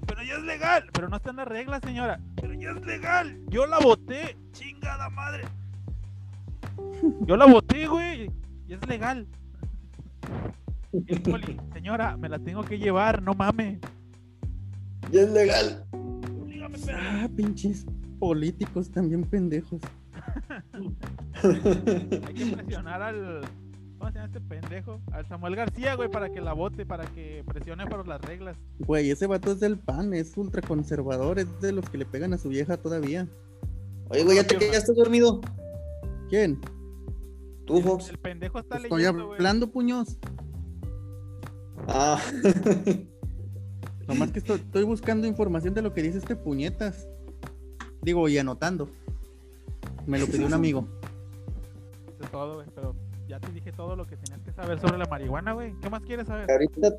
Pero ya es legal. Pero no están las reglas, señora. Pero ya es legal. Yo la voté. Chingada madre. Yo la voté, güey. Y es legal. Híjole, señora, me la tengo que llevar. No mames. Ya es legal. Dígame, pero- Ah, pinches políticos también pendejos. Hay que presionar al. ¿Cómo se llama este pendejo? Al Samuel García, güey, para que la vote, para que presione por las reglas. Güey, ese vato es del pan, es ultraconservador, es de los que le pegan a su vieja todavía. Oye, güey, ya te que ya estás dormido. ¿Quién? Tú, Fox. El pendejo está Estoy leyendo, güey. hablando, puños. Ah. Nomás que estoy, estoy buscando información de lo que dice este puñetas. Digo, y anotando. Me lo pidió un amigo. Eso es todo, güey, pero ya te dije todo lo que tenías que saber sobre la marihuana, güey. ¿Qué más quieres saber? que ahorita,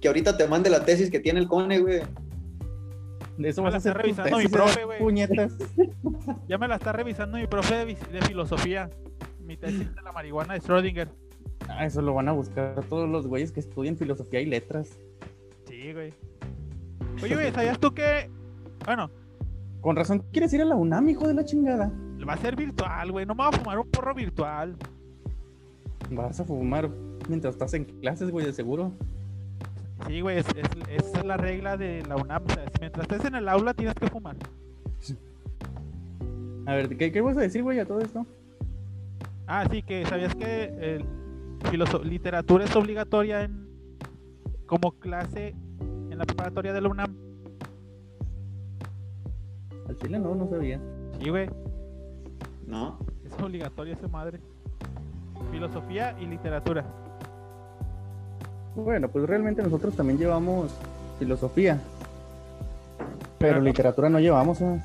que ahorita te mande la tesis que tiene el Cone, güey. De eso Ah, vas la a está hacer tus revisando mi tesis, ¿verdad, profe, güey. puñetas. Ya me la está revisando mi profe de, vis- de filosofía. Mi tesis de la marihuana de Schrödinger. Ah, eso lo van a buscar todos los güeyes que estudian filosofía y letras. Sí, güey. Oye, güey, ¿sabías tú que.? Bueno, Con razón, ¿quieres ir a la UNAM, hijo de la chingada? va a ser virtual, güey. No me voy a fumar un porro virtual. Vas a fumar mientras estás en clases, güey, de seguro. Sí, güey, es, es- esa es la regla de la UNAM. o sea, es- mientras estés en el aula tienes que fumar. A ver, ¿qué, qué vas a decir, güey, a todo esto? Ah, sí, que sabías que eh, filoso- literatura es obligatoria en, como clase en la preparatoria de la UNAM. Al chile no, no sabía. Sí, güey, No. es obligatoria esa madre. Filosofía y literatura. Bueno, pues realmente nosotros también llevamos filosofía. Pero literatura no llevamos. ¿eh?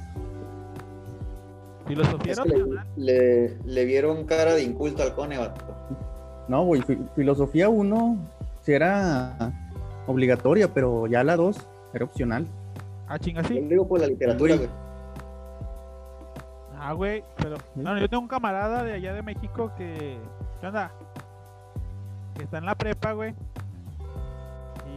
Filosofía Es no que le, ¿verdad? le- le vieron cara de inculto al cone, vato. No, güey, fi- filosofía 1 sí era obligatoria, pero ya la 2 era opcional. Ah, chinga, Yo sí. le digo por la literatura, güey. Ah, güey, pero. No, yo tengo un camarada de allá de México que. ¿Qué onda? Que está en la prepa, güey.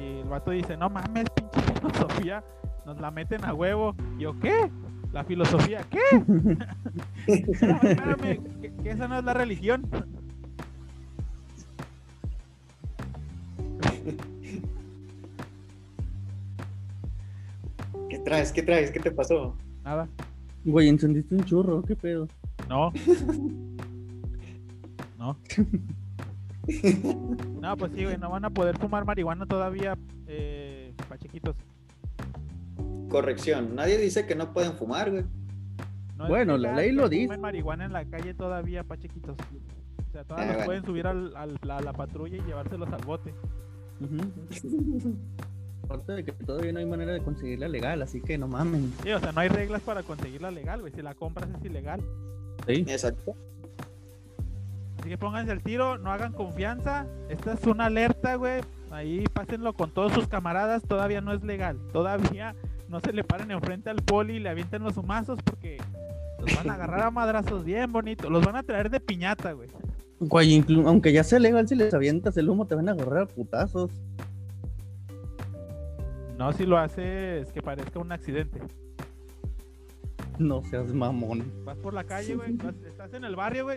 Y el vato dice: No mames, pinche filosofía. Nos la meten a huevo. Y yo, ¿qué? ¿La filosofía qué? No, espérame, que, que esa no es la religión. ¿Qué traes? ¿Qué traes? ¿Qué te pasó? Nada. Güey, encendiste un churro, qué pedo. No. No. No, pues sí, güey, no van a poder fumar marihuana todavía, eh, pachequitos. Corrección. Nadie dice que no pueden fumar, güey. No es Bueno, la legal ley que lo fumen dice. marihuana en la calle todavía, pachequitos. O sea, Ah, Eh, todavía los bueno. pueden subir al, al- a la patrulla y llevárselos al bote. Aparte de que todavía no hay manera de conseguirla legal, así que no mamen. Sí, o sea, no hay reglas para conseguirla legal, güey. Si la compras es ilegal. Sí. Exacto. Así que pónganse el tiro, no hagan confianza. Esta es una alerta, güey. Ahí pásenlo con todos sus camaradas. Todavía no es legal. Todavía no se le paren enfrente al poli y le avienten los mazos porque los van a agarrar a madrazos bien bonito. Los van a traer de piñata, güey. Güey, inclu- aunque ya sea legal, si les avientas el humo te van a agarrar a putazos. No, si lo haces que parezca un accidente. No seas mamón. Vas por la calle, güey. vas- Estás en el barrio, güey.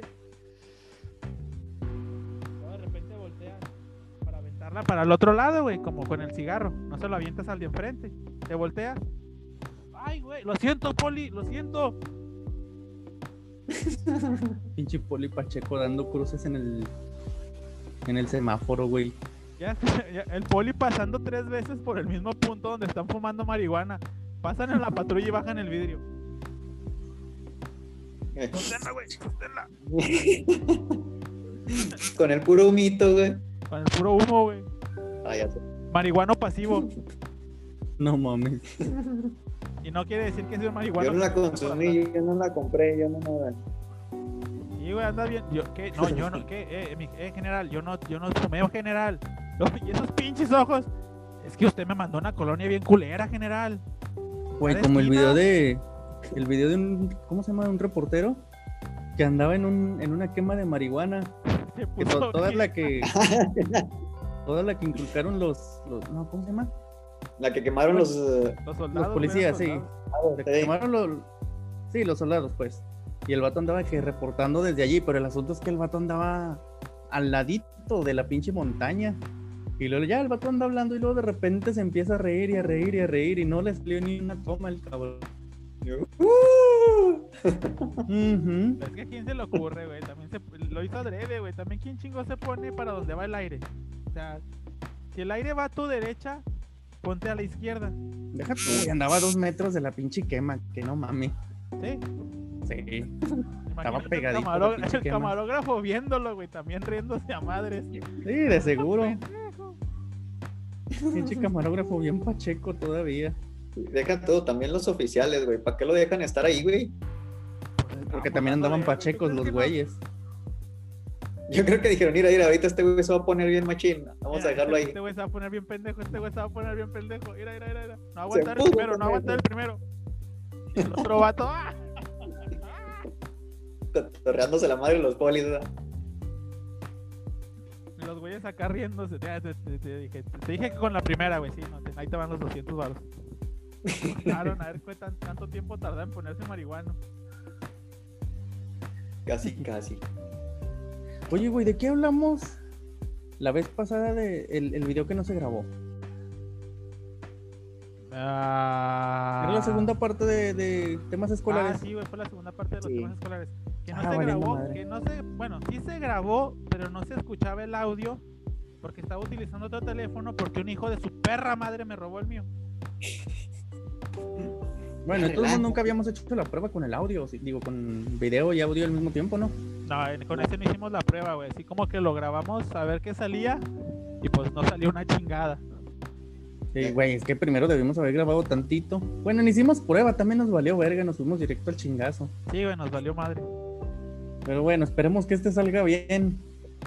Luego De repente volteas para aventarla para el otro lado, güey. Como con el cigarro. No se lo avientas al de enfrente. Te volteas. Ay, güey. Lo siento, Poli. Lo siento. Pinche Poli Pacheco dando cruces en el en el semáforo, güey. Ya, ya, el Poli pasando tres veces por el mismo punto donde están fumando marihuana. Pasan en la patrulla y bajan el vidrio. Sosténla, güey. Sosténla. Con el puro humito, güey. Con el puro humo, güey. Ah, ya sé. Marihuano pasivo. No mames. Y no quiere decir que sea un marihuano. Yo no la pasivo, para consumí, yo no la compré, yo no la... Sí, güey, anda bien. Yo, ¿qué? No, yo no, ¿qué? Eh, mi- eh, general, yo no, yo no fumé, general. No, Y esos pinches ojos. Es que usted me mandó una colonia bien culera, general. Güey, ¿Sabes, como el Tina? video de. El video de un. ¿Cómo se llama? Un reportero que andaba en, un, en una quema de marihuana. Se Que puso to- Este toda bien- la que. Toda la que inculcaron los, los- No, ¿cómo se llama? La que quemaron los... eh, Los soldados. los güey, policías, sí. soldados. La que quemaron los. Sí, los soldados, pues. Y el vato andaba que reportando desde allí, pero el asunto es que el vato andaba al ladito de la pinche montaña. Y luego ya el vato anda hablando y luego de repente se empieza a reír y a reír y a reír y no le salió ni una toma el cabrón. ¡Uh! Ujú. Pero Es que a quién se le ocurre, güey. También se, lo hizo adrede, güey. También quién chingo se pone para donde va el aire. O sea, si el aire va a tu derecha, ponte a la izquierda. Deja tú, güey, andaba a dos metros de la pinche quema, que no mami. Sí. Sí. Imagínate pegadito El, la camaró- pinche el quema. camarógrafo viéndolo, güey. También riéndose a madres. Sí, de seguro. Pendejo. Pinche camarógrafo bien pacheco todavía. Deja todo, también los oficiales, güey. ¿Para qué lo dejan estar ahí, güey? Porque también andaban pachecos los güeyes. Yo creo que dijeron, mira, mira, ahorita este güey se va a poner bien machín. Vamos Mira, a dejarlo este- ahí. Este güey se va a poner bien pendejo, este güey se va a poner bien pendejo. Mira, mira, mira, mira. No Se aguantar el puso primero, no pendejo. aguantar el primero. Y El otro vato, ¡ah! Torreándose la madre de los polis, ¿verdad? Y Los güeyes acá riéndose. Te, te- te- te dije, te dije que con la primera, güey, sí, no, te- ahí te van los 200 baros. Claro, a ver qué tan- tanto tiempo tarda en ponerse marihuano. Casi, casi. Oye, güey, ¿de qué hablamos? La vez pasada de el, el video que no se grabó. Era la segunda parte de, de temas Ah, escolares. sí, güey, fue la segunda parte de los Sí. temas escolares. Que no Ah, se valiendo grabó, madre. que no se, bueno, sí se grabó, pero no se escuchaba el audio porque estaba utilizando otro teléfono porque un hijo de su perra madre me robó el mío. Bueno, entonces Relaja. nunca habíamos hecho la prueba con el audio, sí, digo, con video y audio al mismo tiempo, ¿no? eh, No, en- con ese no hicimos la prueba, güey. Así como que lo grabamos a ver qué salía. Y pues no salió una chingada. Sí, Eh, güey, es que primero debimos haber grabado tantito. Bueno, ni hicimos prueba, también nos valió verga, nos fuimos directo al chingazo. Sí, güey, nos valió madre. Pero bueno, esperemos que este salga bien.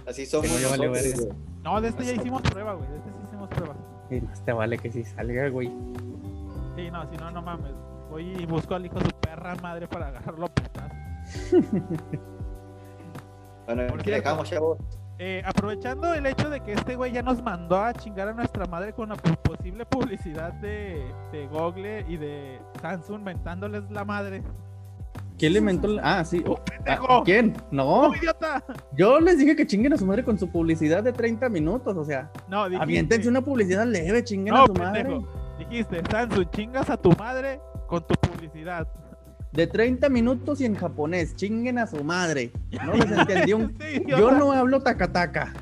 Así somos Que no vale nosotros, verga. güey. No, de este ya hicimos prueba, güey. De este sí hicimos prueba. Y Eh, más te vale que sí salga, güey. Sí, no, si no, no mames. Voy y busco al hijo de su perra madre para agarrarlo a putazos. Bueno, Por aquí cierto. dejamos, chavo. Eh, aprovechando el hecho de que este güey ya nos mandó a chingar a nuestra madre con la pu- posible publicidad de, de Google y de Samsung mentándoles la madre. ¿Quién le mentó? la- Ah, sí. oh, pendejo! ¿Quién? No, ¡Oh, idiota! yo les dije que chinguen a su madre con su publicidad de 30 minutos. O sea, No, dijiste. aviéntense una publicidad leve, chinguen no, a su madre. pendejo. Dijiste, Samsung, chingas a tu madre con tu publicidad. De 30 minutos y en japonés, chinguen a su madre. No les entendí un Sí, idiota. Yo no hablo tacataca.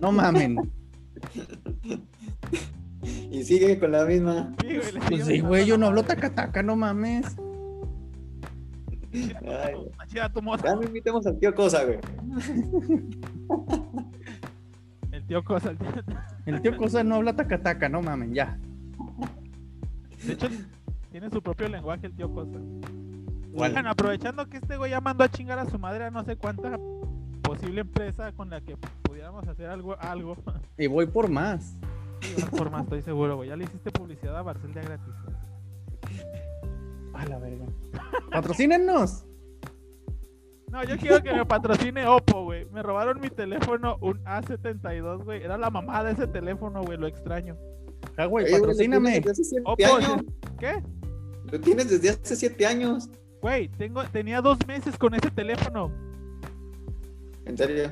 No mamen. Y sigue con la misma. Sí, güey, le Pues sigues sí, güey, yo no hablo mentando tacataca, no mames. la madre. Ay, güey. Machida tu moza. ya no invitemos al tío Cosa, güey. El tío Cosa. el tío- El tío Cosa no habla tacataca, no mamen, ya. De hecho, tiene su propio lenguaje el tío Cosa. ¿Cuál? Bueno, aprovechando que este güey ya mandó a chingar a su madre a no sé cuánta posible empresa con la que pudiéramos hacer algo. algo. Y voy por más. Sí, vas por más, estoy seguro, güey. Ya le hiciste publicidad a Barcel de gratis. A la verga. Patrocínenos. No, yo quiero que me patrocine Oppo, güey. Me robaron mi teléfono, un A72, güey. Era la mamada ese teléfono, güey. Lo extraño. Ja, güey, Oye, güey, lo patrocíname. tienes desde hace siete Oppo, años. ¿Qué? Lo tienes desde hace siete años. Güey, tengo, tenía dos meses con ese teléfono. En serio.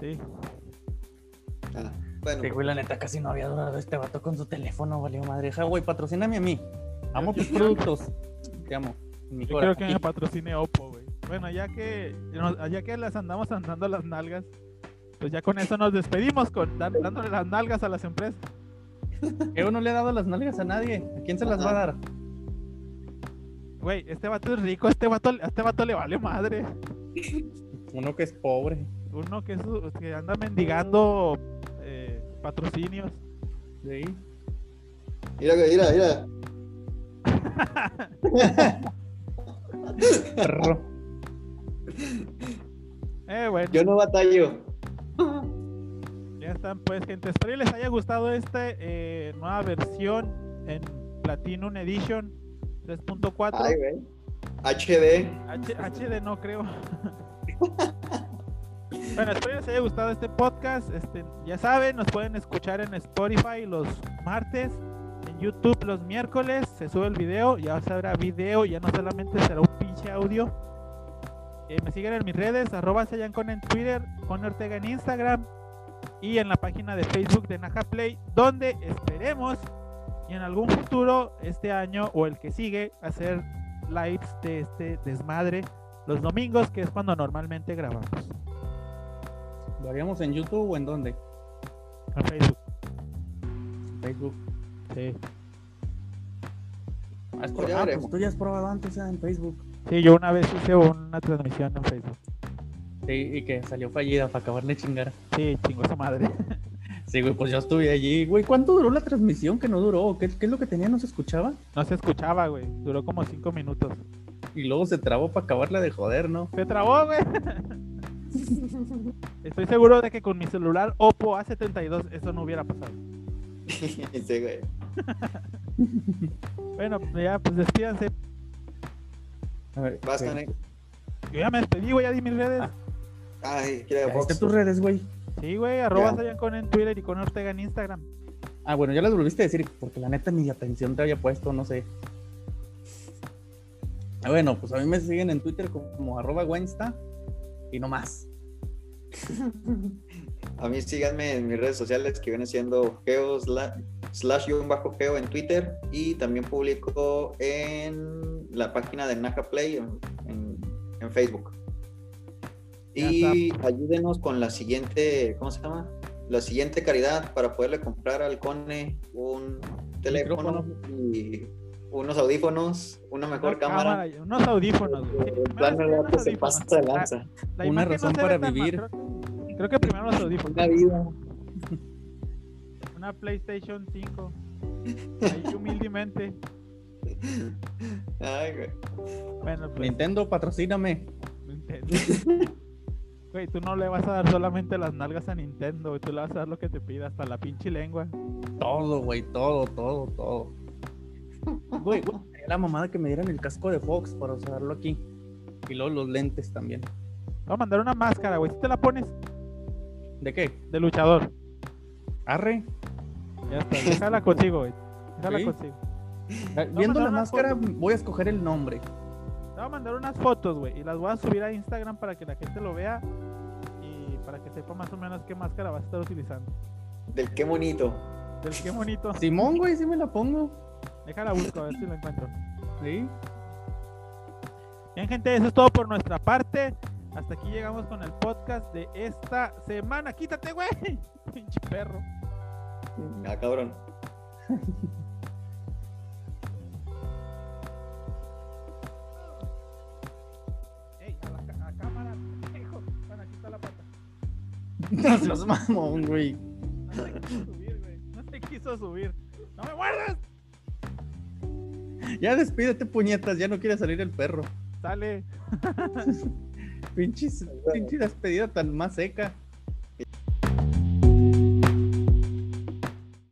Sí. Ah, bueno, Sí, güey, la neta casi no había durado este vato con su teléfono, valió madre. Ja, güey, patrocíname a mí. Amo tus productos. Te amo. En mi Yo quiero corazón. que me patrocine Oppo, güey. Bueno, ya que, nos- ya que las andamos andando las nalgas, pues ya con eso nos despedimos, con, dan- dándole las nalgas a las empresas. Yo no le he dado las nalgas a nadie. ¿A quién se las va a dar? Güey, este vato es rico, este vato, a este vato le vale madre. Uno que es pobre. Uno que, es, que anda mendigando eh, patrocinios. Sí. mira, güey, mira, mira. Perro. Eh, bueno, Yo no batallo. ya están pues, gente. Espero y les haya gustado esta eh, nueva versión en Platinum Edition 3.4. Ay, güey. HD. H- HD no creo. bueno, espero les haya gustado este podcast. Este, ya saben, nos pueden escuchar en Spotify los martes, en YouTube los miércoles. Se sube el video, ya habrá video, ya no solamente será un pinche audio. Eh, me siguen en mis redes, arroba Sayancon en Twitter, con Ortega en Instagram y en la página de Facebook de Naja Play, donde esperemos y en algún futuro, este año o el que sigue, hacer lives de este desmadre los domingos, que es cuando normalmente grabamos ¿Lo haríamos en YouTube o en dónde? a Facebook. Facebook. Sí. Ah, es Pues por- ya ah, veremos. pues tú ya has probado antes ah, en Facebook. Sí, yo una vez hice una transmisión en Facebook. Sí, y que salió fallida para acabarle de chingar. Sí, chingo esa madre. Sí, güey, pues yo estuve allí. Güey, ¿cuánto duró la transmisión que no duró? ¿Qué, qué es lo que tenía? ¿No se escuchaba? No se escuchaba, güey. Duró como cinco minutos. Y luego se trabó para acabarla de joder, ¿no? Se trabó, güey. Estoy seguro de que con mi celular Oppo A72 eso no hubiera pasado. Sí, güey. Bueno, ya, pues despídanse. A ver, Vas, güey. Canek. Yo ya me despedí, güey, ya di mis redes. Ay, quiere Ya box. viste tus redes, güey. Sí, güey, arroba Ya. Sayancon en Twitter y con Ortega en Instagram. Ah, bueno, ya las volviste a decir, porque la neta ni atención te había puesto, no sé. Ah, Bueno, pues a mí me siguen en Twitter como, como arroba Wensta y no más. A mí síganme en mis redes sociales que vienen siendo geo sla- slash yo bajo geo en Twitter y también publico en la página de Naja Play en, en- en Facebook. Ya Y ayúdenos con la siguiente, ¿cómo se llama? La siguiente caridad para poderle comprar al Cone un teléfono y unos audífonos, una mejor Una cámara. y unos audífonos, güey. Sí, El primero plan es que unos se audífonos. pasa de La- lanza. La Una imagen razón se para ve tan mal, vivir. Creo, creo que primero los audífonos. Una vida. una PlayStation 5. Ahí humildemente. Ay, güey. Bueno, pues Nintendo, patrocíname. Nintendo. Güey, tú no le vas a dar solamente las nalgas a Nintendo, güey. Tú le vas a dar lo que te pida, hasta la pinche lengua. Todo, güey, todo, todo, todo. Güey, güey, sería la mamada que me dieran el casco de Fox para usarlo aquí. Y luego los lentes también. Te Voy a mandar una máscara, güey. Si te la pones ¿De qué? de luchador. Arre. Ya está, déjala contigo, güey. Déjala Sí. contigo. Eh, Viendo no, la no, máscara, voy a escoger el nombre. Te voy a mandar unas fotos, güey, y las voy a subir a Instagram para que la gente lo vea y para que sepa más o menos qué máscara vas a estar utilizando. Del qué bonito. Del qué bonito. Simón, güey, sí me la pongo. Déjala busco, a ver si la encuentro. Sí. Bien, gente, eso es todo por nuestra parte. Hasta aquí llegamos con el podcast de esta semana. ¡Quítate, güey! Pinche perro. Ah, cabrón. ¡Ey, a la ca- a cámara! pendejo! Bueno, aquí está la pata. No seas mamón, güey. No se quiso subir, güey. No se quiso subir. ¡No me muerdas! Ya despídete, puñetas. Ya no quiere salir el perro. Sale. Pinches- pinche despedida tan más seca.